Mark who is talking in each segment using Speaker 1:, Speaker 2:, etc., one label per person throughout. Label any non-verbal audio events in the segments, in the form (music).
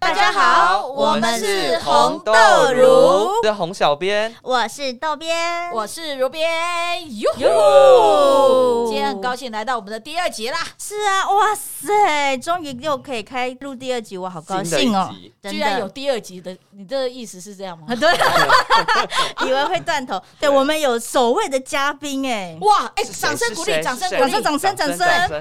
Speaker 1: 大家好，我们是红豆
Speaker 2: 乳
Speaker 1: 乳，，
Speaker 2: 是洪小编。
Speaker 3: 我是豆边，
Speaker 1: 我是如编。哟吼！今天很高兴来到我们的第二集啦，
Speaker 3: 是啊，哇塞，终于又可以开录第二集，我好高兴哦
Speaker 2: 新的一集！
Speaker 3: 真的
Speaker 1: 居然有第二集的，你的意思是这样吗？
Speaker 3: 以为会断头，啊对我们有首位的嘉宾哎，
Speaker 1: 哇！哎，
Speaker 2: 是谁
Speaker 1: 掌声鼓
Speaker 2: 是
Speaker 1: 励，
Speaker 2: 谁
Speaker 1: 掌声
Speaker 2: 是
Speaker 1: 鼓
Speaker 2: 谁
Speaker 1: 励，
Speaker 3: 掌声掌声
Speaker 2: 掌声！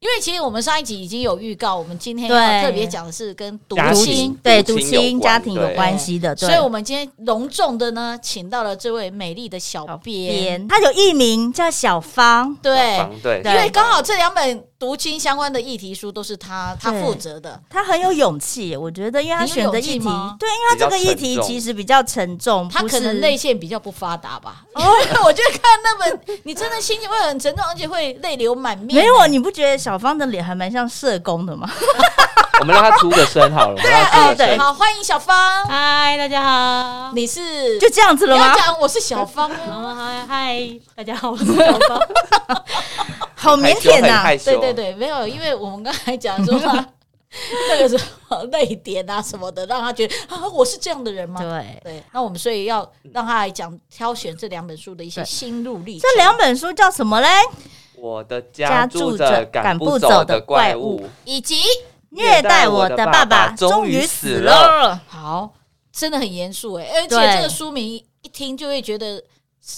Speaker 1: 因为其实我们上一集已经有预告，我们今天
Speaker 3: 对
Speaker 1: 要特别讲的是跟读
Speaker 2: 家
Speaker 1: 心
Speaker 2: 庭
Speaker 3: 对
Speaker 2: 独
Speaker 3: 独
Speaker 2: 亲有关
Speaker 3: 亲家庭有
Speaker 2: 对
Speaker 3: 关系的，对
Speaker 1: 所以，我们今天隆重的呢，请到了这位美丽的小编，
Speaker 3: 编他有艺名叫小芳，
Speaker 1: 对，
Speaker 2: 房对，
Speaker 1: 因为刚好这两本读经相关的议题书都是他他
Speaker 3: 对
Speaker 1: 负责的，
Speaker 3: 他很有勇气，我觉得，因为他
Speaker 1: 你有
Speaker 3: 选的
Speaker 1: 勇气
Speaker 3: 议题
Speaker 1: 吗，
Speaker 3: 对，因为他这个议
Speaker 2: 比
Speaker 3: 题
Speaker 2: 较沉重
Speaker 3: 其实比较沉重，
Speaker 1: 他
Speaker 3: 不
Speaker 1: 可
Speaker 3: 是哦
Speaker 1: 能内线比较不发达吧。因为 (laughs) 我觉得看那本，你真的心情会很沉重，而且会泪流满面。
Speaker 3: 没有，你不觉得小芳的脸还蛮像社工的吗？
Speaker 2: 我们让他出个声好了，我们让他出个
Speaker 1: 对，
Speaker 2: 声。哎
Speaker 1: 好，欢迎小芳，
Speaker 4: 嗨，大家好。
Speaker 1: 你是
Speaker 3: 就这样子
Speaker 1: 不
Speaker 3: 了吗
Speaker 1: 要？讲我是小芳啊，
Speaker 4: 好嗨嗨，大家好，我是小芳。
Speaker 3: 好腼腆
Speaker 2: 哎很
Speaker 3: 呐、
Speaker 2: 害羞
Speaker 1: 对对，对，没有，因为我们刚才讲说他那个什么泪点啊什么的，让他觉得啊，我是这样的人吗？
Speaker 3: 对，
Speaker 1: 对，那我们所以要让他来讲挑选这两本书的一些
Speaker 3: 对
Speaker 1: 心路历程。
Speaker 3: 这两本书叫什么嘞？
Speaker 2: 我的
Speaker 3: 家
Speaker 2: 家住
Speaker 3: 住着
Speaker 2: 着
Speaker 3: 赶
Speaker 2: 赶
Speaker 3: 不
Speaker 2: 不
Speaker 3: 走
Speaker 2: 走
Speaker 3: 的
Speaker 2: 的怪
Speaker 3: 怪
Speaker 2: 物
Speaker 3: 物，
Speaker 1: 以及
Speaker 3: 虐待我的爸爸终于死了。
Speaker 1: 好，真的很严肃哎，而且
Speaker 3: 对
Speaker 1: 这个书名一听就会觉得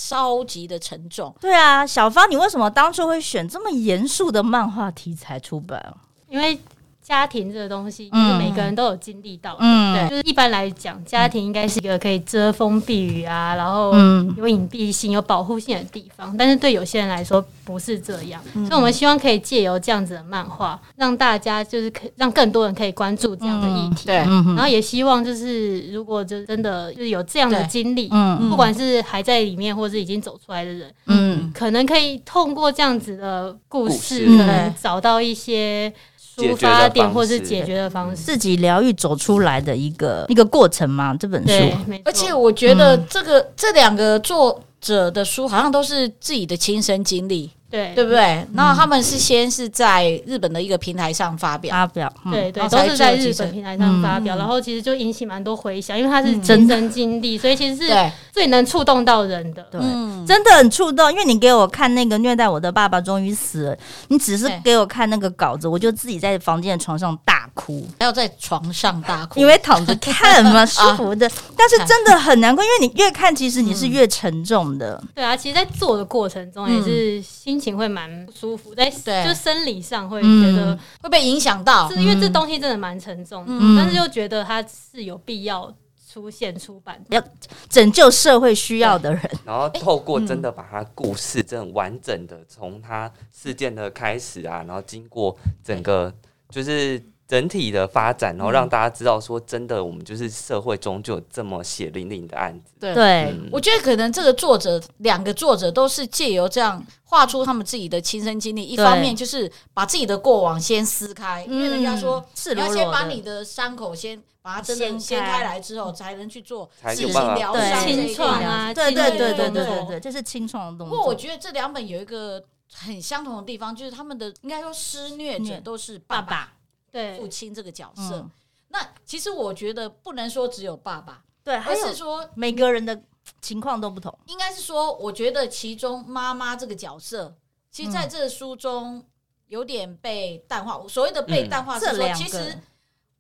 Speaker 1: 超级的沉重。
Speaker 3: 对啊，小芳，你为什么当初会选这么严肃的漫画题材出版？
Speaker 4: 因为家庭这个东西，就
Speaker 3: 嗯
Speaker 4: 是每个人都有经历到。对，
Speaker 3: 嗯
Speaker 4: 就是一般来讲，家庭应该是一个可以遮风避雨啊，然后
Speaker 3: 嗯，
Speaker 4: 有隐蔽性、有保护性的地方。但是对有些人来说不是这样，
Speaker 3: 嗯
Speaker 4: 所以我们希望可以借由这样子的漫画，让大家就是可让更多人可以关注这样的议题。
Speaker 1: 对
Speaker 3: 嗯哼
Speaker 4: 然后也希望就是，如果就真的就是有这样的
Speaker 1: 对
Speaker 4: 经历，
Speaker 3: 嗯
Speaker 4: 不管是还在里面，或是已经走出来的人，
Speaker 3: 嗯
Speaker 4: 可能可以通过这样子的故事，
Speaker 2: 故事
Speaker 1: 嗯
Speaker 4: 可能找到一些抒发点或是解决的方式。
Speaker 3: 自己疗愈走出来的一个一个过程嘛，这本
Speaker 4: 对
Speaker 3: 书。，
Speaker 4: 没
Speaker 1: 嗯
Speaker 4: 错
Speaker 1: 而且我觉得这个、这两个作者的书好像都是自己的亲身经历，
Speaker 4: 对
Speaker 1: 对不对？然后他们是先是在日本的一个平台上发表，
Speaker 3: 发表，嗯
Speaker 4: 对
Speaker 1: 然
Speaker 4: 对，
Speaker 1: 后
Speaker 4: 都
Speaker 1: 才
Speaker 4: 是在
Speaker 1: 自由
Speaker 4: 日
Speaker 1: 记者嗯
Speaker 4: 本平台上发表，然后其实就引起蛮多回响，因为它是
Speaker 3: 真
Speaker 4: 亲
Speaker 3: 的
Speaker 4: 身经历，所以其实是
Speaker 1: 对，
Speaker 4: 最能触动到人的。
Speaker 3: 对，
Speaker 1: 嗯，
Speaker 3: 真的很触动，因为你给我看那个虐待我的爸爸终于死了，你只是
Speaker 1: 对
Speaker 3: 给我看那个稿子，我就自己在房间的床上大哭，
Speaker 1: 还要在床上大哭，
Speaker 3: 因为躺着看嘛，舒服的。但是真的很难过，因为你越看，其实你是越沉重的。
Speaker 4: 对啊，其实，在做的过程中也是心情会蛮不舒服，在
Speaker 1: 嗯对
Speaker 4: 就生理上会觉得
Speaker 3: 嗯
Speaker 1: 会被影响到
Speaker 4: 是。因为这东西真的蛮沉重的，
Speaker 3: 嗯
Speaker 4: 但是又觉得它是有必要出现出版的。
Speaker 3: 拯救社会需要的人，
Speaker 2: 然后透过真的把他故事真的完整的从他事件的开始
Speaker 1: 嗯
Speaker 2: 啊，然后经过整个就是整体的发
Speaker 1: 嗯
Speaker 2: 展，然后让大家知道说，真的我们就是社会中就有这么血淋淋的案子。
Speaker 1: 对
Speaker 3: 对，
Speaker 2: 嗯，
Speaker 1: 我觉得可能这个作者两个作者都是借由这样画出他们自己的亲身经历，一方面就是把自己的过往先撕开，
Speaker 3: 嗯
Speaker 1: 因为人家说
Speaker 3: 赤
Speaker 1: 你
Speaker 3: 裸
Speaker 1: 要
Speaker 3: 裸
Speaker 1: 先把
Speaker 3: 的
Speaker 1: 你的伤口先把它真的
Speaker 3: 掀开
Speaker 1: 掀开来之后，才能去做
Speaker 2: 嗯才
Speaker 1: 自
Speaker 2: 有
Speaker 1: 行
Speaker 2: 办法
Speaker 1: 疗
Speaker 3: 对
Speaker 1: 伤这一
Speaker 4: 清创啊
Speaker 1: 类的
Speaker 3: 对
Speaker 4: 清
Speaker 3: 对
Speaker 4: 创
Speaker 3: 对对
Speaker 4: 的
Speaker 3: 对
Speaker 4: 动
Speaker 3: 对
Speaker 4: 作
Speaker 3: 对，这是清创的动
Speaker 1: 不过我
Speaker 3: 作。
Speaker 1: 觉得这两本有一个很相同的地方，就是他们的应该说施虐者都是爸爸、
Speaker 4: 对
Speaker 1: 父，亲这个角色。
Speaker 3: 嗯，
Speaker 1: 那其实我觉得不能说只有爸爸，
Speaker 3: 对，还
Speaker 1: 而
Speaker 3: 有
Speaker 1: 是说
Speaker 3: 每个人的情况都不同。
Speaker 1: 应该是说，我觉得其中妈妈这个角色，其实
Speaker 4: 嗯
Speaker 1: 在这个书中有点被淡化。所谓的被淡化是
Speaker 3: 这
Speaker 1: 说，
Speaker 3: 两
Speaker 1: 其实
Speaker 3: 个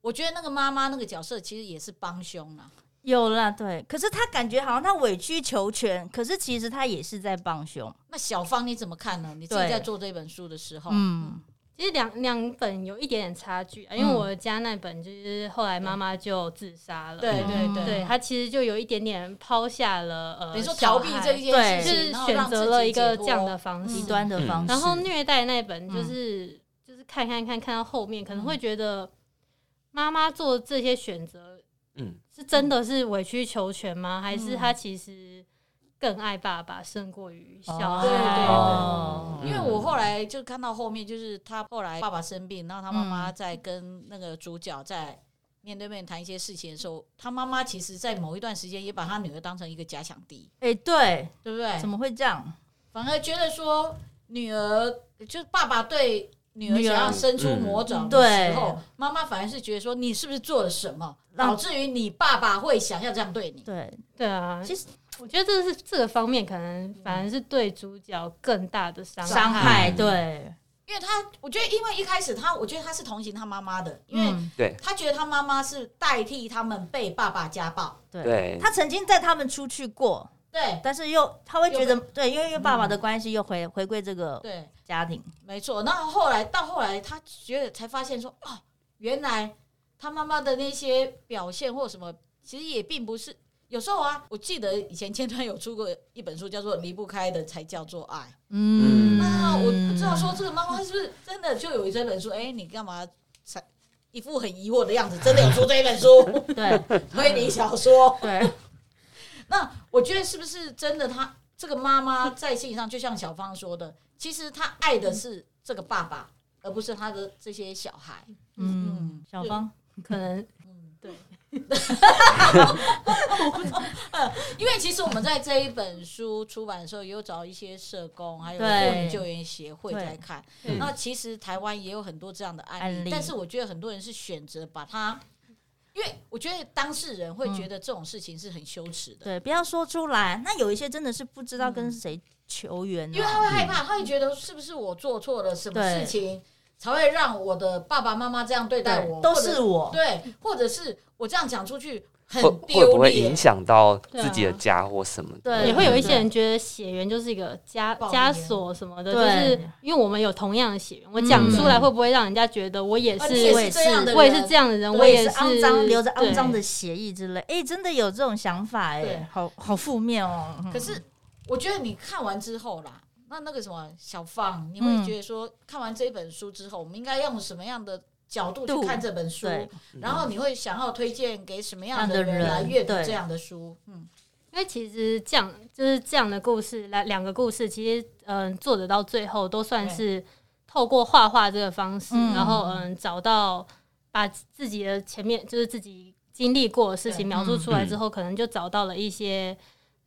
Speaker 1: 我觉得那个妈妈那个角色其实也是帮凶啊。
Speaker 3: 有啦，对，可是他感觉好像他委曲求全，可是其实他也是在帮凶。
Speaker 1: 那小芳你怎么看呢？你自己
Speaker 3: 对
Speaker 1: 在做这本书的时候，
Speaker 3: 嗯，
Speaker 4: 其实两两本有一点点差距啊，因
Speaker 1: 嗯
Speaker 4: 为我家那本就是后来妈妈就自杀了，
Speaker 1: 对对对
Speaker 4: 对，她其实就有一点点抛下了呃，
Speaker 1: 等于说逃避
Speaker 4: 小孩
Speaker 1: 这一件事情，然
Speaker 4: 就是
Speaker 1: 后
Speaker 4: 选
Speaker 1: 让自
Speaker 4: 择
Speaker 1: 己
Speaker 4: 了一
Speaker 1: 解
Speaker 4: 个
Speaker 1: 脱嗯
Speaker 4: 这样的方式
Speaker 3: 极。端的方式。
Speaker 4: 然后虐待那本就是、就是看看看看到后面，
Speaker 1: 嗯
Speaker 4: 可能会觉得妈妈做这些选择
Speaker 2: 嗯，
Speaker 4: 是真的是委曲求全吗？还
Speaker 1: 嗯
Speaker 4: 是她其实更爱爸爸胜过于小孩？
Speaker 1: 对对
Speaker 3: 哦
Speaker 2: 对
Speaker 1: 因为我后来就看到后面，就是他后来爸爸生病，然后他妈
Speaker 3: 嗯
Speaker 1: 妈在跟那个主角在面对面谈一些事情的时候，他妈妈其实，在某一段时间也把他女儿当成一个假想敌，
Speaker 3: 哎，对，
Speaker 1: 对不对？
Speaker 3: 怎么会这样？
Speaker 1: 反而觉得说女儿，就是爸爸对女儿
Speaker 3: 女儿嗯
Speaker 1: 想要伸出魔爪的时候，妈妈反而是觉得说你是不是做了什么，
Speaker 3: 让
Speaker 1: 导致于你爸爸会想要这样对你？
Speaker 3: 对，
Speaker 4: 对啊，
Speaker 3: 其实
Speaker 4: 我觉得这是这个方面可能反而是对主角更大的伤害。
Speaker 3: 伤害
Speaker 2: 嗯
Speaker 3: 对，
Speaker 1: 因为他，我觉得，因为一开始他，我觉得他是同情他妈妈的，因为
Speaker 3: 嗯
Speaker 2: 对
Speaker 1: 他觉得他妈妈是代替他们被爸爸家暴，
Speaker 2: 对
Speaker 3: 他曾经带他们出去过，
Speaker 1: 对
Speaker 3: 但是又他会觉得
Speaker 1: 又
Speaker 3: 对，因为因为爸爸的关系又回回归这个
Speaker 1: 对，
Speaker 3: 家庭，
Speaker 1: 没错。那后来到后来，他觉得才发现说，哦，原来他妈妈的那些表现或什么，其实也并不是。有时候啊，我记得以前千川有出过一本书，叫做《离不开的才叫做爱》。
Speaker 2: 嗯
Speaker 1: 那啊我不知道说这个妈妈是不是真的就有这本书？哎、你干嘛才一副很疑惑的样子？真的有出这一本书 (laughs)
Speaker 3: 对
Speaker 1: 推理小说？
Speaker 3: 对，
Speaker 1: 那我觉得是不是真的他？这个妈妈在心理上，就像小芳说的，其实她爱的是这个爸爸，而不是他的这些小孩。嗯
Speaker 3: 嗯，小芳，
Speaker 4: 可能
Speaker 1: (laughs) 因为其实我们在这一本书出版的时候，也有找一些社工，还有
Speaker 3: 对
Speaker 1: 妇女救援协会在看
Speaker 4: 对。
Speaker 1: 那其实台湾也有很多这样的案例，
Speaker 3: 案例
Speaker 1: 但是我觉得很多人是选择把它，因为我觉得当事人会觉得这种事情是很羞耻的，
Speaker 3: 对，不要说出来。那有一些真的是不知道跟谁求援、啊，
Speaker 1: 因为他会害怕，他会觉得是不是我做错了什么
Speaker 3: 对
Speaker 1: 事情，才会让我的爸爸妈妈这样对待
Speaker 3: 对
Speaker 1: 我，
Speaker 3: 都
Speaker 1: 或
Speaker 3: 是
Speaker 1: 者
Speaker 3: 我，
Speaker 1: 对，或者是我这样讲出去很
Speaker 2: 会会
Speaker 1: 丢
Speaker 2: 不会
Speaker 1: 脸
Speaker 2: 影。响到
Speaker 4: 对
Speaker 2: 自己的
Speaker 4: 啊
Speaker 2: 家或什么的？
Speaker 3: 对
Speaker 4: 也会有一些人觉得血缘就是一个枷
Speaker 1: 暴力
Speaker 4: 枷锁什么的，就
Speaker 3: 对嗯
Speaker 4: 是因为我们有同样的血缘，我讲出来会不会让人家觉得我也
Speaker 1: 啊
Speaker 4: 是
Speaker 1: 你也
Speaker 3: 我也
Speaker 1: 是这样的人，
Speaker 4: 我也是这样的人，
Speaker 3: 我
Speaker 4: 也
Speaker 3: 也是肮脏，留着肮脏
Speaker 4: 对
Speaker 3: 的协议之类。哎、真的有这种想法哎、
Speaker 1: 对
Speaker 3: 好好负面哦。嗯
Speaker 1: 可是我觉得你看完之后啦，那那个什么小芳，你
Speaker 3: 嗯
Speaker 1: 会觉得说，看完这本书之后，我们应该用什么样的角度去
Speaker 3: 度
Speaker 1: 看这本书？
Speaker 3: 对
Speaker 1: 然后你会想要推荐给什么样
Speaker 3: 这
Speaker 1: 的
Speaker 3: 样的
Speaker 1: 人来
Speaker 3: 人
Speaker 1: 阅读
Speaker 3: 对
Speaker 1: 这样的书？嗯，
Speaker 4: 因为其实这样就是这样的故事，来两个故事，其实嗯、作者到最后都算是透过画画这个方式，
Speaker 3: 嗯
Speaker 4: 然后嗯、找到把自己的前面就是自己经历过的事
Speaker 1: 对
Speaker 4: 情描述出来之后，可能就找到了一些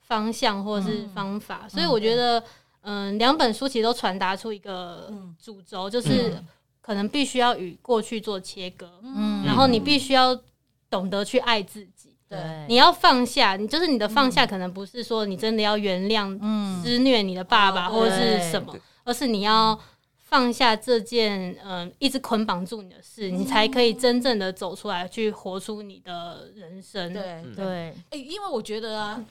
Speaker 4: 方向或是
Speaker 1: 嗯
Speaker 4: 方法，所以我觉得嗯，两、本书其实都传达出一个
Speaker 1: 嗯
Speaker 4: 主轴，就是
Speaker 1: 嗯
Speaker 4: 可能必须要与过去做切割，
Speaker 1: 嗯，
Speaker 4: 然后你必须要懂得去爱自己。
Speaker 1: 对，
Speaker 4: 你要放下，你就是你的放下，可能不是说你真的要原谅
Speaker 3: 嗯
Speaker 4: 施虐你的爸爸
Speaker 1: 哦
Speaker 4: 或者是什么
Speaker 2: 对，
Speaker 4: 而是你要放下这件嗯、呃一直捆绑住你的事，你才可以真正的走出来，去活出你的人生。
Speaker 1: 对，
Speaker 2: 嗯
Speaker 3: 对，
Speaker 1: 哎，因为我觉得啊。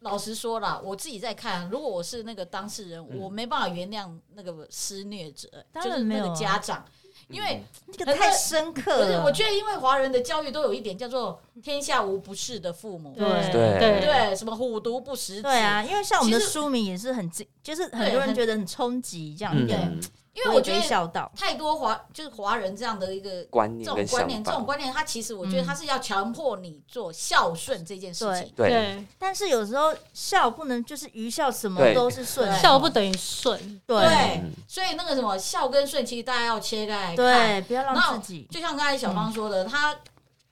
Speaker 1: 老实说啦，我自己在看，如果我是那个当事人，我
Speaker 2: 嗯
Speaker 1: 没办法原谅那个施虐者，
Speaker 3: 当
Speaker 1: 就
Speaker 3: 然
Speaker 1: 是
Speaker 3: 没
Speaker 1: 那
Speaker 3: 有
Speaker 1: 个
Speaker 3: 啊
Speaker 1: 家长，因为
Speaker 2: 嗯
Speaker 3: 这个太深刻
Speaker 1: 不是，
Speaker 3: 了。
Speaker 1: 我觉得因为华人的教育都有一点叫做“天下无不是的父母”，
Speaker 4: 对
Speaker 2: 对
Speaker 1: 对，什么虎毒不食子，
Speaker 3: 对啊，，因为像我们的
Speaker 1: 其实
Speaker 3: 书名也是很惊，就是很
Speaker 1: 对
Speaker 3: 多人
Speaker 1: 很
Speaker 3: 觉得很冲击这样
Speaker 2: 嗯，
Speaker 3: 对，
Speaker 2: 嗯
Speaker 1: 因为
Speaker 3: 也
Speaker 1: 我觉
Speaker 3: 没
Speaker 1: 得
Speaker 3: 笑到，
Speaker 1: 太多华就是华人这样的一个
Speaker 2: 观
Speaker 1: 这
Speaker 2: 念
Speaker 1: 种
Speaker 2: 跟
Speaker 1: 观念，
Speaker 2: 想
Speaker 1: 这种
Speaker 2: 法，
Speaker 1: 观念，他其实我觉
Speaker 3: 嗯
Speaker 1: 得他是要强迫你做孝顺这件事情，
Speaker 2: 对，
Speaker 4: 对，
Speaker 3: 但是有时候笑不能就是愚孝，什么
Speaker 2: 对
Speaker 3: 都是顺
Speaker 1: 对
Speaker 4: 孝不等于顺，
Speaker 3: 对
Speaker 2: 嗯
Speaker 1: 所以那个什么孝跟顺，其实大家要切开来看。
Speaker 3: 对，不要
Speaker 1: 那
Speaker 3: 让自己
Speaker 1: 就像刚才小芳说的，他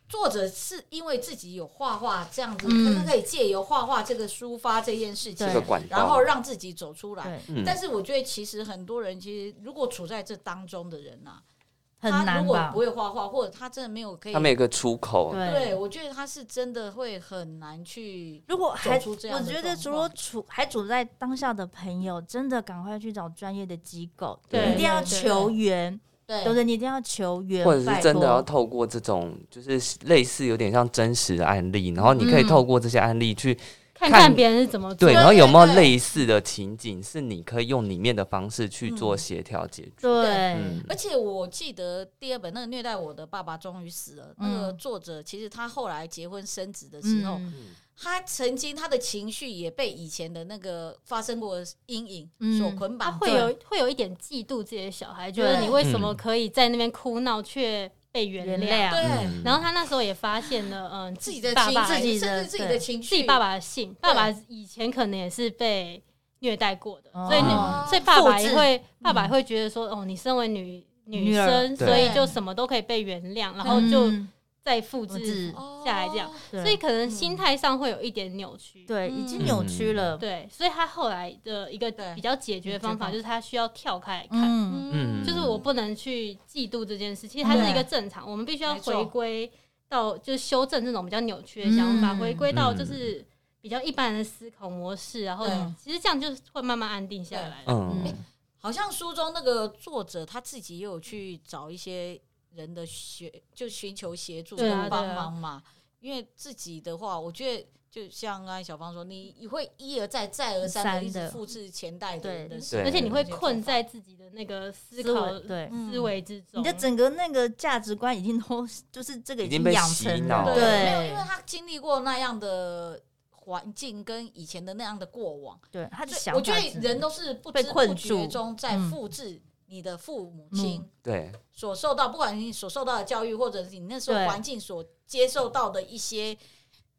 Speaker 1: 作者是因为自己有画画这样子，
Speaker 3: 嗯
Speaker 1: 他可以借由画画这个抒发这件事情
Speaker 2: 这
Speaker 3: 对
Speaker 2: 个，管道，
Speaker 1: 然后让自己走出来。
Speaker 3: 对
Speaker 2: 嗯
Speaker 1: 但是我觉得，其实很多人其实如果处在这当中的人呐、
Speaker 3: 很
Speaker 1: 他
Speaker 3: 难
Speaker 1: 如果
Speaker 3: 吧
Speaker 1: 不？会画画，或者他真的没有可以
Speaker 2: 他，们有一个出口，
Speaker 1: 对我觉得他是真的会很难去。
Speaker 3: 如果还
Speaker 1: 走出这样
Speaker 3: 我
Speaker 1: 的
Speaker 3: 觉得，
Speaker 1: 状
Speaker 3: 如果处还处在当下的朋友，真的赶快去找专业的机构，
Speaker 2: 对
Speaker 3: 一定要求援，
Speaker 1: 对
Speaker 3: 对不对？你一定要求援，
Speaker 2: 或者是真的要
Speaker 3: 拜托
Speaker 2: 透过这种就是类似有点像真实的案例，然后你可以透过这些案例去
Speaker 4: 看看别人是怎么做
Speaker 2: 对，
Speaker 1: 对
Speaker 2: 然后有没有
Speaker 1: 对
Speaker 2: 类似的情景是你可以用里面的方式去做协调解决？
Speaker 4: 对，
Speaker 2: 嗯，
Speaker 1: 而且我记得第二本那个虐待我的爸爸终于死了，
Speaker 4: 嗯
Speaker 1: 那个作者其实他后来结婚生子的时候，
Speaker 4: 嗯
Speaker 1: 他曾经他的情绪也被以前的那个发生过的阴影
Speaker 4: 嗯，
Speaker 1: 所捆
Speaker 4: 他
Speaker 1: 绑住
Speaker 4: 会。有会有一点嫉妒自己的小孩，觉得
Speaker 1: 对
Speaker 4: 你为什么可以在那边哭闹却被原
Speaker 3: 原
Speaker 4: 谅？
Speaker 1: 对，
Speaker 2: 嗯
Speaker 4: 然后他那时候也发现了，嗯、
Speaker 1: 自己的
Speaker 4: 爸
Speaker 1: 情，
Speaker 4: 爸
Speaker 1: 自
Speaker 3: 自
Speaker 1: 己
Speaker 3: 己的
Speaker 1: 甚至自己的
Speaker 3: 对
Speaker 1: 情绪，
Speaker 4: 自己爸爸的姓，爸爸以前可能也是被虐待过的，所以
Speaker 3: 哦嗯
Speaker 4: 女
Speaker 1: 哦
Speaker 4: 所以爸爸也
Speaker 3: 复制
Speaker 4: 会，爸爸也会觉得说，哦，你身为女女
Speaker 3: 女儿
Speaker 4: 生，
Speaker 2: 对
Speaker 4: 所以就什么都可以被原谅，然后就
Speaker 3: 嗯
Speaker 4: 再
Speaker 3: 复
Speaker 4: 复
Speaker 3: 制
Speaker 4: 制下来这样，
Speaker 1: 哦
Speaker 3: 对
Speaker 4: 所以可能心态上会有一点扭曲。
Speaker 3: 对已
Speaker 1: 嗯
Speaker 3: 经扭曲了，
Speaker 4: 对，所以他后来的一个
Speaker 1: 对
Speaker 4: 比较解决方法
Speaker 3: 解决方
Speaker 4: 就是他需要跳开来看，
Speaker 3: 嗯，
Speaker 2: 嗯
Speaker 4: 就是我不能去嫉妒这件事，其实它是一个正常，我们必须要
Speaker 1: 没错
Speaker 4: 回归到就是修正这种比较扭曲的想法，
Speaker 3: 嗯
Speaker 4: 回归到
Speaker 2: 嗯
Speaker 4: 就是比较一般的思考模式，然后
Speaker 1: 对
Speaker 4: 其实这样就是会慢慢安定下来了。
Speaker 2: 嗯
Speaker 3: 嗯
Speaker 1: 好像书中那个作者他自己也有去找一些人的协，就寻求协助
Speaker 4: 对啊
Speaker 1: 跟帮忙嘛。因为自己的话，我觉得就像刚才小芳说，你你会一而再、再而三
Speaker 3: 三
Speaker 1: 的一直
Speaker 3: 的
Speaker 1: 复制前代的人的
Speaker 3: 对
Speaker 1: 事
Speaker 2: 对
Speaker 4: 而且你会困在自己的那个思
Speaker 3: 思
Speaker 4: 考
Speaker 3: 维对。
Speaker 1: 嗯
Speaker 3: 嗯
Speaker 4: 思维之中，
Speaker 3: 你的整个那个价值观已经都 (laughs) 就是这个
Speaker 2: 已经被
Speaker 3: 养
Speaker 2: 洗
Speaker 3: 成
Speaker 2: 脑
Speaker 3: 了，
Speaker 2: 了
Speaker 1: 没有，因为
Speaker 3: 对
Speaker 1: 他经历过那样的环境跟以前的那样的过往，
Speaker 3: 对，他的
Speaker 1: 所以
Speaker 3: 想法
Speaker 1: 我觉得
Speaker 3: 只能
Speaker 1: 人都是不
Speaker 3: 被
Speaker 1: 知
Speaker 3: 困
Speaker 1: 不觉
Speaker 3: 住
Speaker 1: 中在
Speaker 3: 嗯
Speaker 1: 复制你的父母亲
Speaker 3: 嗯
Speaker 2: 对，
Speaker 1: 所受到，不管你所受到的教育，或者是你那时候
Speaker 3: 对
Speaker 1: 环境所接受到的一些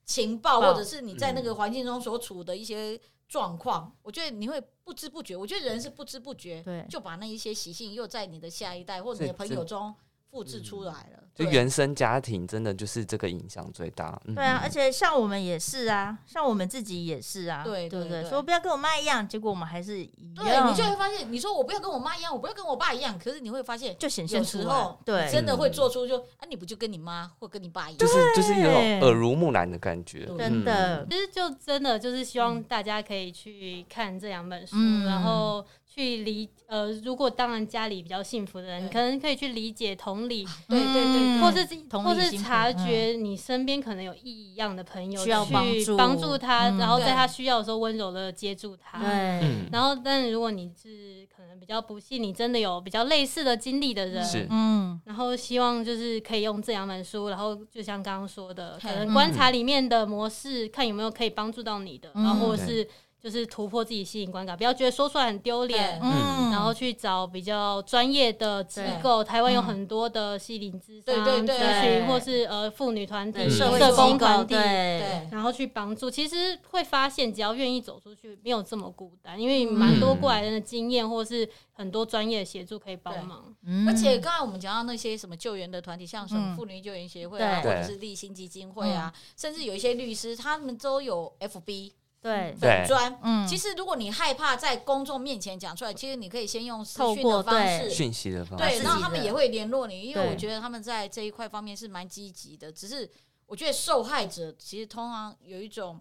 Speaker 1: 情报，
Speaker 3: 报
Speaker 1: 或者是你在那个环境中所处的一些状况，我觉得你会不知不觉，我觉得人是不知不觉
Speaker 3: 嗯对
Speaker 1: 就把那一些习性又在你的下一代或者你的朋友中复制出来了。
Speaker 2: 就
Speaker 1: 对
Speaker 2: 原生家庭真的就是这个影响最大。嗯
Speaker 3: 对啊，而且像我们也是啊，像我们自己也是啊，
Speaker 1: 对
Speaker 3: 对不
Speaker 1: 对对
Speaker 3: 所以我不要跟我妈一样，结果我们还是一
Speaker 1: 对
Speaker 3: 样，
Speaker 1: 你就会发现，你说我不要跟我妈一样，我不要跟我爸一样，可是你会发现，
Speaker 3: 就显
Speaker 1: 有
Speaker 3: 现
Speaker 1: 时
Speaker 3: 出
Speaker 1: 候
Speaker 3: 来，
Speaker 1: 你
Speaker 3: 对
Speaker 1: 真的会做出就啊，你不就跟你妈或跟你爸一
Speaker 2: 就
Speaker 1: 样？
Speaker 2: 是就是有种
Speaker 3: 对
Speaker 2: 耳濡目染的感觉，
Speaker 1: 对
Speaker 3: 真的
Speaker 2: 嗯，
Speaker 4: 其实就真的就是希望大家可以去看这两本书，
Speaker 3: 嗯
Speaker 4: 然后去理呃，如果当然家里比较幸福的人，
Speaker 1: 对
Speaker 4: 可能可以去理解同理，
Speaker 1: 对对对对
Speaker 3: 嗯
Speaker 4: 或是自己
Speaker 3: 同理
Speaker 4: 或是
Speaker 3: 心
Speaker 4: 察
Speaker 3: 可能
Speaker 4: 觉你身边可能有异样的朋友
Speaker 3: 需要帮
Speaker 4: 去
Speaker 3: 助
Speaker 4: 帮助他，
Speaker 3: 嗯
Speaker 4: 然后
Speaker 1: 对
Speaker 4: 在他需要的时候温柔的接住他。
Speaker 3: 对，
Speaker 2: 嗯，
Speaker 4: 然后，但如果你是可能比较不幸，你真的有比较类似的经历的人，
Speaker 2: 是
Speaker 3: 嗯，
Speaker 4: 然后希望就是可以用这两本书，然后就像刚刚说的，
Speaker 1: 嘿
Speaker 4: 可能观察里面的模式，看有没有可以帮助到你的，
Speaker 3: 嗯
Speaker 4: 然后或者是就是突破自己吸引观感，不要觉得说出来很丢脸。
Speaker 1: 对
Speaker 2: 嗯
Speaker 4: 然后去找比较专业的机构，台湾有很多的心灵咨商
Speaker 1: 对对对
Speaker 4: 咨
Speaker 3: 嗯对
Speaker 4: 询，或是呃妇女团体、
Speaker 3: 对
Speaker 2: 嗯
Speaker 3: 社会
Speaker 4: 社工
Speaker 3: 机
Speaker 4: 团
Speaker 3: 构，
Speaker 4: 体，
Speaker 3: 对，
Speaker 1: 对，
Speaker 4: 然后去帮助。其实会发现，只要愿意走出去，没有这么孤单，因
Speaker 1: 嗯
Speaker 4: 为蛮多过来人的经验，或是很多专业的协助可以帮忙。
Speaker 3: 嗯
Speaker 1: 而且刚才我们讲到那些什么救援的团体，像什么
Speaker 3: 嗯
Speaker 1: 妇女救援协会啊，或
Speaker 3: 对嗯
Speaker 1: 者是立新基金会啊，甚至有一些律师，他们都有 FB
Speaker 3: 对，
Speaker 1: 粉砖。
Speaker 3: 嗯，
Speaker 1: 其实如果你害怕在公众面前讲出来，其实你可以先用私
Speaker 3: 透
Speaker 1: 讯的
Speaker 3: 过
Speaker 1: 方
Speaker 3: 对
Speaker 1: 式。
Speaker 2: 讯息的方
Speaker 1: 对，
Speaker 2: 式
Speaker 1: 然，后他们
Speaker 3: 自己的
Speaker 1: 也会联络你，因为
Speaker 3: 对
Speaker 1: 我觉得他们在这一块方面是蛮积极的。只是我觉得受害者其实通常有一种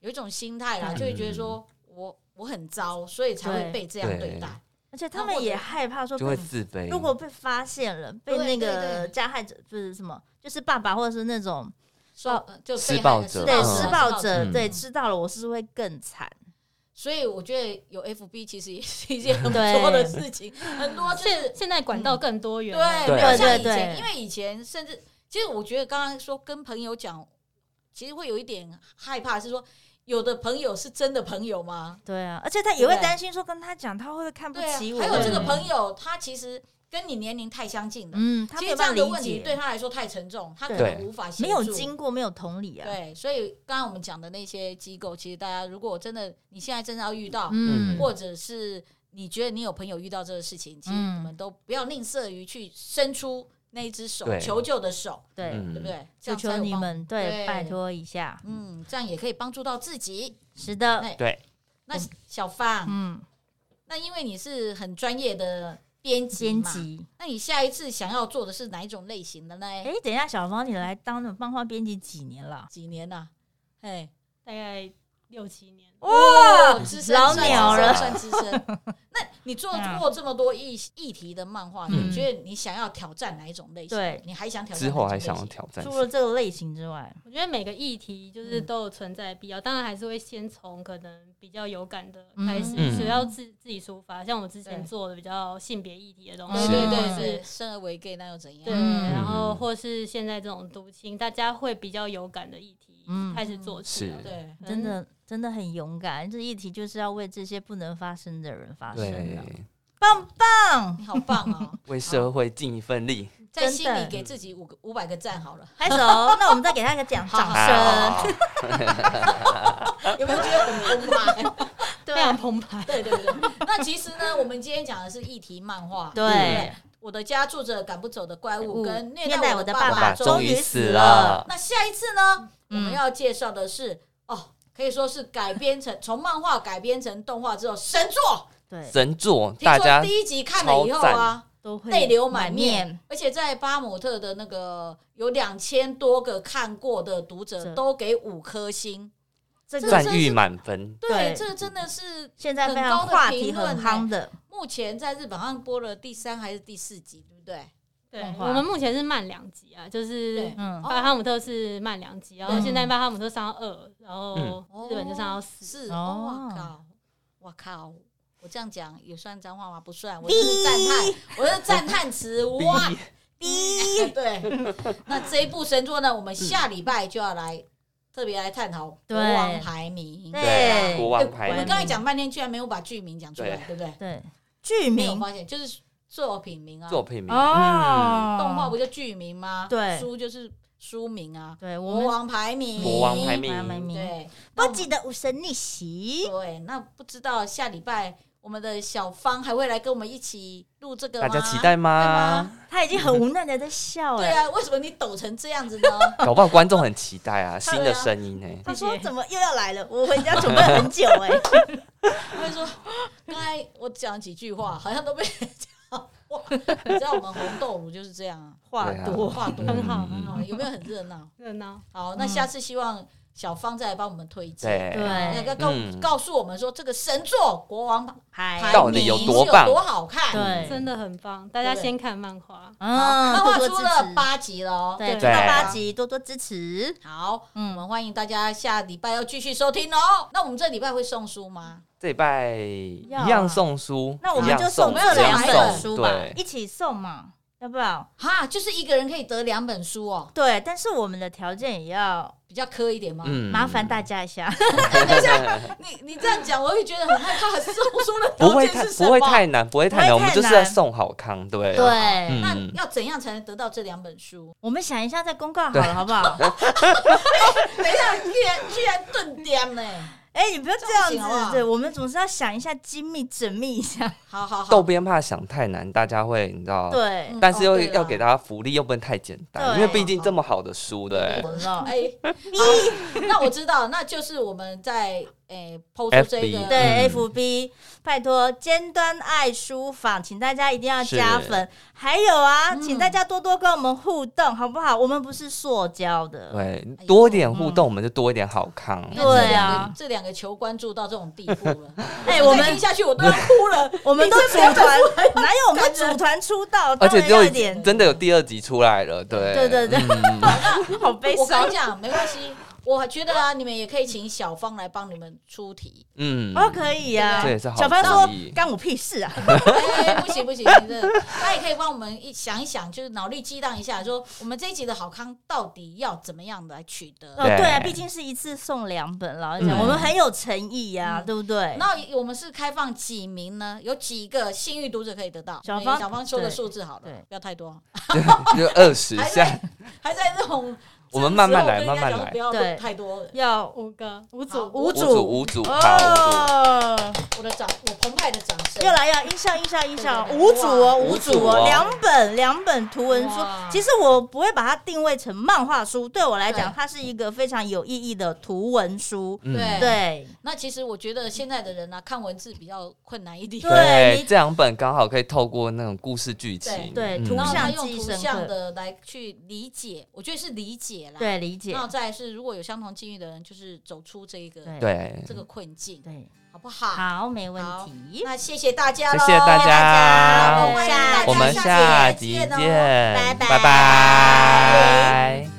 Speaker 1: 有一种心态啦，
Speaker 3: 嗯
Speaker 1: 就会觉得说我我很糟，所以才会
Speaker 3: 对
Speaker 1: 被这样
Speaker 2: 对
Speaker 1: 对待。
Speaker 3: 而且他们也害怕说
Speaker 2: 就
Speaker 3: 被
Speaker 2: 会，自卑。
Speaker 3: 如果被发现了，被
Speaker 1: 对
Speaker 3: 那
Speaker 1: 对
Speaker 3: 个
Speaker 1: 对
Speaker 3: 加害者不是什么，就是爸爸或者是那种
Speaker 1: 说呃就被
Speaker 2: 施
Speaker 1: 害
Speaker 2: 暴
Speaker 1: 的
Speaker 2: 者
Speaker 3: 对
Speaker 2: 嗯
Speaker 3: 施
Speaker 2: 施
Speaker 3: 暴者，
Speaker 2: 嗯
Speaker 3: 对知道了，我是不是会更惨？
Speaker 1: 所以我觉得有 FB 其实也是一件很不错的事情，很多就
Speaker 4: 现
Speaker 1: 是
Speaker 4: 现在管道更多元了，
Speaker 1: 对，没有
Speaker 2: 对
Speaker 1: 像以
Speaker 3: 对
Speaker 1: 前，
Speaker 3: 对
Speaker 1: 因为以前甚至其实我觉得刚刚说跟朋友讲，其实会有一点害怕，是说有的朋友是真的朋友吗？
Speaker 3: 对啊，而且他也会
Speaker 1: 对
Speaker 3: 担心说跟他讲，他会不会看不
Speaker 1: 对啊，
Speaker 3: 起我？
Speaker 1: 还有这个
Speaker 4: 对
Speaker 1: 朋友他其实跟你年龄太相近了，
Speaker 3: 嗯，他
Speaker 1: 其
Speaker 3: 没
Speaker 1: 实
Speaker 3: 有
Speaker 1: 这样
Speaker 3: 办
Speaker 1: 的
Speaker 3: 法
Speaker 1: 问
Speaker 3: 理
Speaker 1: 题
Speaker 3: 解，
Speaker 1: 对他来说太沉重，他可
Speaker 2: 对
Speaker 1: 能无法协
Speaker 3: 没有
Speaker 1: 助
Speaker 3: 经过，没有同理啊。
Speaker 1: 对，所以刚刚我们讲的那些机构，其实大家如果真的你现在真的要遇到，
Speaker 2: 嗯
Speaker 1: 或者是你觉得你有朋友遇到这个事情，其实
Speaker 3: 嗯
Speaker 1: 你们都不要吝啬于去伸出那一只手
Speaker 2: 对
Speaker 1: 求救的手，
Speaker 2: 嗯
Speaker 3: 对，
Speaker 1: 对不对？这
Speaker 3: 求
Speaker 1: 样才有
Speaker 3: 嗯求你
Speaker 1: 帮，
Speaker 3: 们，对，
Speaker 1: 对
Speaker 3: 拜托一下。
Speaker 1: 嗯，这样也可以帮助到自己。
Speaker 3: 是的，
Speaker 1: 对
Speaker 2: 对，
Speaker 1: 那小芳，
Speaker 3: 嗯，
Speaker 1: 那因为你是很专业的编辑
Speaker 3: 编
Speaker 1: 嘛，
Speaker 3: 辑。
Speaker 1: 那你下一次想要做的是哪一种类型的呢？
Speaker 3: 哎，等一下，小芳，你来当漫画编辑几年了？
Speaker 1: 几年了？哎，
Speaker 4: 大概六七年。
Speaker 1: 哇，资深
Speaker 3: 老
Speaker 1: 算资
Speaker 3: 鸟
Speaker 1: 深 (laughs)
Speaker 3: 了
Speaker 1: 算资深。那你做
Speaker 3: 嗯
Speaker 1: 过这么多议议题的漫画，
Speaker 4: 嗯
Speaker 1: 你觉得你想要挑战哪一种类型？
Speaker 3: 对
Speaker 1: 你还想挑战
Speaker 2: 之后
Speaker 1: 哪
Speaker 2: 还
Speaker 1: 一种
Speaker 2: 想
Speaker 1: 类
Speaker 2: 要
Speaker 1: 型
Speaker 2: 挑战什
Speaker 3: 除
Speaker 2: 么，
Speaker 3: 了这个类型之外，
Speaker 4: 我觉得每个议题就是都有存在的必要，当然还是会先从可能比较有感的开始，
Speaker 2: 嗯
Speaker 4: 只要自自己抒发。像我之前
Speaker 1: 对哦
Speaker 4: 做的比较性别议题的东
Speaker 1: 对
Speaker 4: 西，
Speaker 1: 对
Speaker 3: 嗯
Speaker 1: 对
Speaker 4: 或
Speaker 1: 对，
Speaker 4: 是
Speaker 1: 对生而为 gay 那又怎
Speaker 4: 对，
Speaker 1: 样？
Speaker 3: 嗯
Speaker 4: 然后或是现在这种毒亲，大家会比较有感的议题
Speaker 3: 嗯
Speaker 4: 开始做起来
Speaker 2: 是
Speaker 1: 对，
Speaker 4: 可能
Speaker 3: 真的真的很勇敢。这议题就是要为这些不能发声的人发声
Speaker 2: 对
Speaker 3: 啊，，棒棒！
Speaker 1: 你好棒 (laughs) 哦！
Speaker 2: 为社会尽一份力。
Speaker 1: 在
Speaker 3: 真
Speaker 1: 心
Speaker 3: 的
Speaker 1: 里给自己五个五百个赞好了。
Speaker 3: 拍手，那我们再给他一个奖
Speaker 1: 好
Speaker 3: 掌
Speaker 1: 好
Speaker 3: 声。
Speaker 1: (laughs) 有没有觉得很澎湃？
Speaker 3: 对
Speaker 4: 非常澎湃。
Speaker 1: (laughs) 对对对。那其实呢，我们今天讲的是议题漫画。
Speaker 3: 对，
Speaker 1: 我的家住着赶不走的怪物，
Speaker 3: 物
Speaker 1: 跟虐
Speaker 3: 虐
Speaker 1: 待
Speaker 3: 待
Speaker 1: 我
Speaker 3: 我
Speaker 1: 的
Speaker 3: 的
Speaker 1: 爸
Speaker 3: 爸
Speaker 2: 爸
Speaker 1: 爸
Speaker 2: 终
Speaker 1: 于
Speaker 2: 于死
Speaker 1: 死
Speaker 2: 了
Speaker 1: 那下一次呢，我
Speaker 3: 嗯
Speaker 1: 们要介绍的是哦，可以说是改
Speaker 2: (laughs)
Speaker 1: 编成从漫画改编成动画之后神作。
Speaker 3: 对，
Speaker 2: 神作，
Speaker 1: 听
Speaker 2: 大
Speaker 1: 说
Speaker 2: 家
Speaker 1: 第一集看了以后啊，
Speaker 3: 都会
Speaker 1: 泪流满面，，而且在巴姆特的那个有两千多个看过的读者
Speaker 3: 这
Speaker 1: 都给五颗星，
Speaker 3: 这
Speaker 1: 这
Speaker 3: 个
Speaker 2: 赞誉满分。
Speaker 1: 对，
Speaker 3: 对
Speaker 1: 这真的是
Speaker 3: 现在非常话题很夯的，
Speaker 1: 目前在日本好像播了第三还是第四集，对不对？
Speaker 4: 对，
Speaker 3: 动画
Speaker 4: 我们目前是慢两集啊，就是
Speaker 1: 对
Speaker 3: 嗯，
Speaker 4: 巴哈姆特是慢两集，然后现在巴哈姆特上到二，然后
Speaker 1: 哦
Speaker 4: 日本就上到四。
Speaker 1: 是哦，
Speaker 3: 哦
Speaker 1: 哇靠，哇靠！我这样讲也算脏话吗？不算，我是赞叹，我是赞叹词哇！
Speaker 3: (laughs)
Speaker 1: 逼对， (laughs) 那这一部神作呢，我们下礼拜就要来特别来探讨国王
Speaker 3: 对
Speaker 1: 排名。
Speaker 3: 对
Speaker 2: 对，国王
Speaker 1: 我
Speaker 2: 排
Speaker 1: 们
Speaker 2: 名
Speaker 1: 刚才讲半天，居然没有把剧名讲出来，
Speaker 2: 对
Speaker 1: 对不对？
Speaker 3: 对，剧
Speaker 1: 没有
Speaker 3: 名
Speaker 1: 发现，就是作品名啊，
Speaker 2: 作品名，
Speaker 3: 哦，
Speaker 1: 动画不就剧名吗？
Speaker 3: 对
Speaker 1: 书就是书名啊，
Speaker 3: 对我
Speaker 1: 国
Speaker 3: 们
Speaker 1: 王排
Speaker 2: 嗯
Speaker 1: 名，
Speaker 2: 国王排
Speaker 3: 排
Speaker 2: 名，
Speaker 3: 名，
Speaker 1: 对，
Speaker 3: 波吉的武神逆袭，
Speaker 1: 对，那不知道下礼拜我们的小芳还会来跟我们一起录这个吗？
Speaker 2: 大家期待
Speaker 1: 吗
Speaker 2: 吗？
Speaker 3: 他已经很无奈的在笑
Speaker 1: 对
Speaker 3: 了。
Speaker 1: 啊，为什么你抖成这样子呢？
Speaker 2: 搞不好观众很期待啊，新的声音呢。
Speaker 3: 他
Speaker 4: 谢
Speaker 3: 说
Speaker 4: 谢
Speaker 3: 怎么又要来了？我回家准备很久 (laughs) 哎，
Speaker 1: 他会说，刚才我讲几句话，好像都被人讲话。你知道我们红豆乳就是这样啊，
Speaker 3: 话多，
Speaker 1: 话多
Speaker 4: (laughs) 很好哦很
Speaker 2: 嗯
Speaker 4: 好
Speaker 1: 啊，有没有很热闹？
Speaker 4: 热闹，
Speaker 1: 好，那
Speaker 3: 嗯
Speaker 1: 下次希望小芳再来帮我们推荐。
Speaker 2: 对，
Speaker 1: 那
Speaker 3: 对，
Speaker 1: 个告
Speaker 2: 嗯
Speaker 1: 告诉我们说，这个神作《国王
Speaker 3: 还
Speaker 2: 到
Speaker 1: 排
Speaker 2: 底
Speaker 1: 名》
Speaker 2: 有
Speaker 1: 是
Speaker 2: 多
Speaker 1: 有
Speaker 2: 棒
Speaker 1: 多好看？好
Speaker 3: 对，
Speaker 4: 真的很棒。大家
Speaker 1: 对
Speaker 4: 先看漫画，
Speaker 3: 嗯，
Speaker 1: 漫画
Speaker 3: 多多
Speaker 1: 出
Speaker 3: 支
Speaker 1: 了
Speaker 3: 持，
Speaker 1: 八集了哦。
Speaker 3: 对，
Speaker 4: 对
Speaker 3: 出到八集，多多支持，
Speaker 1: 好，我
Speaker 3: 嗯，
Speaker 1: 们欢迎大家下礼拜要继续收听哦。那我们这礼拜会送书吗？
Speaker 2: 这礼拜一样送书，
Speaker 3: 那我们
Speaker 2: 一样
Speaker 3: 就送
Speaker 2: 送
Speaker 1: 这两
Speaker 2: 一
Speaker 1: 本
Speaker 2: 样送
Speaker 3: 书吧
Speaker 2: 对，
Speaker 3: 一起送嘛，要不要？
Speaker 1: 哈，就是一个人可以得两本书哦，
Speaker 3: 对，但是我们的条件也要
Speaker 1: 比较苛一点嘛。
Speaker 2: 嗯
Speaker 3: 麻烦大家一下，
Speaker 1: 你你这样讲，我会觉得很害怕。送书的
Speaker 2: 不
Speaker 1: 条
Speaker 2: 会
Speaker 1: 件
Speaker 2: 太
Speaker 1: 是
Speaker 2: 不
Speaker 1: 什么
Speaker 2: 会？太难，不会太难，我
Speaker 3: 不会太
Speaker 2: 们就
Speaker 3: 难
Speaker 2: 是要送好康，对啊对，
Speaker 3: (laughs) 对，
Speaker 1: 那
Speaker 2: 嗯
Speaker 1: 要怎样才能得到这两本书？
Speaker 3: 我们想一下再公告好了，好不
Speaker 2: (laughs)
Speaker 3: 好？
Speaker 1: 等一下，居然居然顿颠呢！
Speaker 3: 哎，你不要这样
Speaker 1: 这样不行好哦不好
Speaker 3: 子，对，我们总是要想一下精密缜密一下，
Speaker 1: 好好
Speaker 2: 豆
Speaker 1: 好，
Speaker 2: 边怕想太难，大家会你知道，
Speaker 3: 对
Speaker 1: 嗯，
Speaker 2: 但是
Speaker 1: 哦
Speaker 2: 又
Speaker 1: 对啦
Speaker 2: 要给大家福利，又不能太简单，
Speaker 3: 对
Speaker 2: 因为毕竟这么好的书，对
Speaker 3: 怎，么了？
Speaker 1: 哎，好那我知道，那就是我们在哎诶抛出这
Speaker 2: FB
Speaker 1: 个，
Speaker 3: 对、
Speaker 2: 嗯
Speaker 3: FB，拜托尖端爱书坊，请大家一定要
Speaker 2: 是
Speaker 3: 加粉。还有啊，
Speaker 1: 嗯
Speaker 3: 请大家多多跟我们互动，好不好？我们不是塑胶的，
Speaker 2: 对
Speaker 1: 呦，
Speaker 2: 多一点互动，我们就多一点好康。
Speaker 1: 你看这两个
Speaker 3: 对啊
Speaker 1: 这两个球关注到这种地步
Speaker 3: (laughs)
Speaker 1: 了。
Speaker 3: 哎我们
Speaker 1: 再听下去我都要哭了。
Speaker 3: 我们都组团， (laughs) 哪有我们组团出道？
Speaker 2: 而且
Speaker 3: 当然
Speaker 2: 只有
Speaker 3: 要一
Speaker 2: 已
Speaker 3: 点
Speaker 2: 经，真的有第二集出来了，对，
Speaker 3: 对对对
Speaker 2: 嗯
Speaker 3: 好 (laughs) 悲
Speaker 1: 我跟
Speaker 3: 伤
Speaker 1: 你。讲，没关系，我觉得啊，你们也可以请小芳来帮你们出题。
Speaker 3: (laughs)
Speaker 2: 嗯，
Speaker 3: 哦，可以呀、
Speaker 2: 这也是好
Speaker 3: 小潘说
Speaker 2: 主意
Speaker 3: 干我屁事啊！
Speaker 1: 哎， (laughs) 不行不行，你这她也可以帮我们一想一想，就是脑力激荡一下，说我们这一集的好康到底要怎么样来取
Speaker 3: 哦，
Speaker 1: 得。
Speaker 2: 对
Speaker 3: 对啊，毕竟是一次送两本，老实讲，
Speaker 2: 嗯
Speaker 3: 我们很有诚意呀、
Speaker 1: 嗯
Speaker 3: 对不对？
Speaker 1: 那我们是开放几名呢？有几个幸运读者可以得到？
Speaker 3: 小芳
Speaker 1: 哎小芳说个
Speaker 3: 对
Speaker 1: 数字好了
Speaker 3: 对，
Speaker 1: 不要太多，
Speaker 2: 嗯就二十
Speaker 1: 还
Speaker 2: 下
Speaker 1: 在，还在那种
Speaker 2: 我们慢慢来
Speaker 1: 这个时候
Speaker 2: 慢慢
Speaker 1: 我
Speaker 2: 来
Speaker 1: 跟人家讲说不要
Speaker 3: 对
Speaker 1: 太多。
Speaker 3: 要
Speaker 4: 五个五
Speaker 1: 好
Speaker 4: 组，
Speaker 1: 五
Speaker 2: 五组五组，好，
Speaker 3: 哦，
Speaker 1: 我的掌，我澎湃的掌声
Speaker 3: 又。来要音效音效音效，
Speaker 1: 对对对
Speaker 3: 五组哦，
Speaker 2: 哇
Speaker 3: 五
Speaker 2: 五
Speaker 3: 组
Speaker 2: 组
Speaker 3: 哦
Speaker 2: 哦，
Speaker 3: 两本两本图文书
Speaker 1: 哇。
Speaker 3: 其实我不会把它定位成漫画书，对我来讲，
Speaker 1: 对
Speaker 3: 它是一个非常有意义的图文书。
Speaker 2: 五组，
Speaker 1: 对
Speaker 2: 嗯
Speaker 3: 对
Speaker 1: 那其实我觉得现在的人呢、啊看文字比较困难一点。
Speaker 3: 对
Speaker 2: 对
Speaker 3: 你，
Speaker 2: 这两本刚好可以透过那种故事剧情，
Speaker 3: 对
Speaker 2: 嗯
Speaker 3: 图
Speaker 1: 然后他
Speaker 3: 像
Speaker 1: 用
Speaker 3: 记忆
Speaker 1: 图
Speaker 3: 深
Speaker 1: 像
Speaker 3: 刻
Speaker 1: 的来去理解，我觉得是理解啦。，
Speaker 3: 对，理解
Speaker 1: 然，后再来是如果有相同境遇的人，就是走出这一个
Speaker 3: 对
Speaker 2: 对
Speaker 1: 这个困境。
Speaker 3: 对，
Speaker 1: 好不好？
Speaker 3: 好，没问题。
Speaker 1: 那谢谢大家
Speaker 2: 谢
Speaker 1: 喽，
Speaker 2: 谢大家
Speaker 1: 我们欢迎大家
Speaker 2: 我们
Speaker 1: 下
Speaker 3: 哦
Speaker 2: 下
Speaker 1: 集
Speaker 2: 集见，
Speaker 1: 见哦，拜
Speaker 2: 拜拜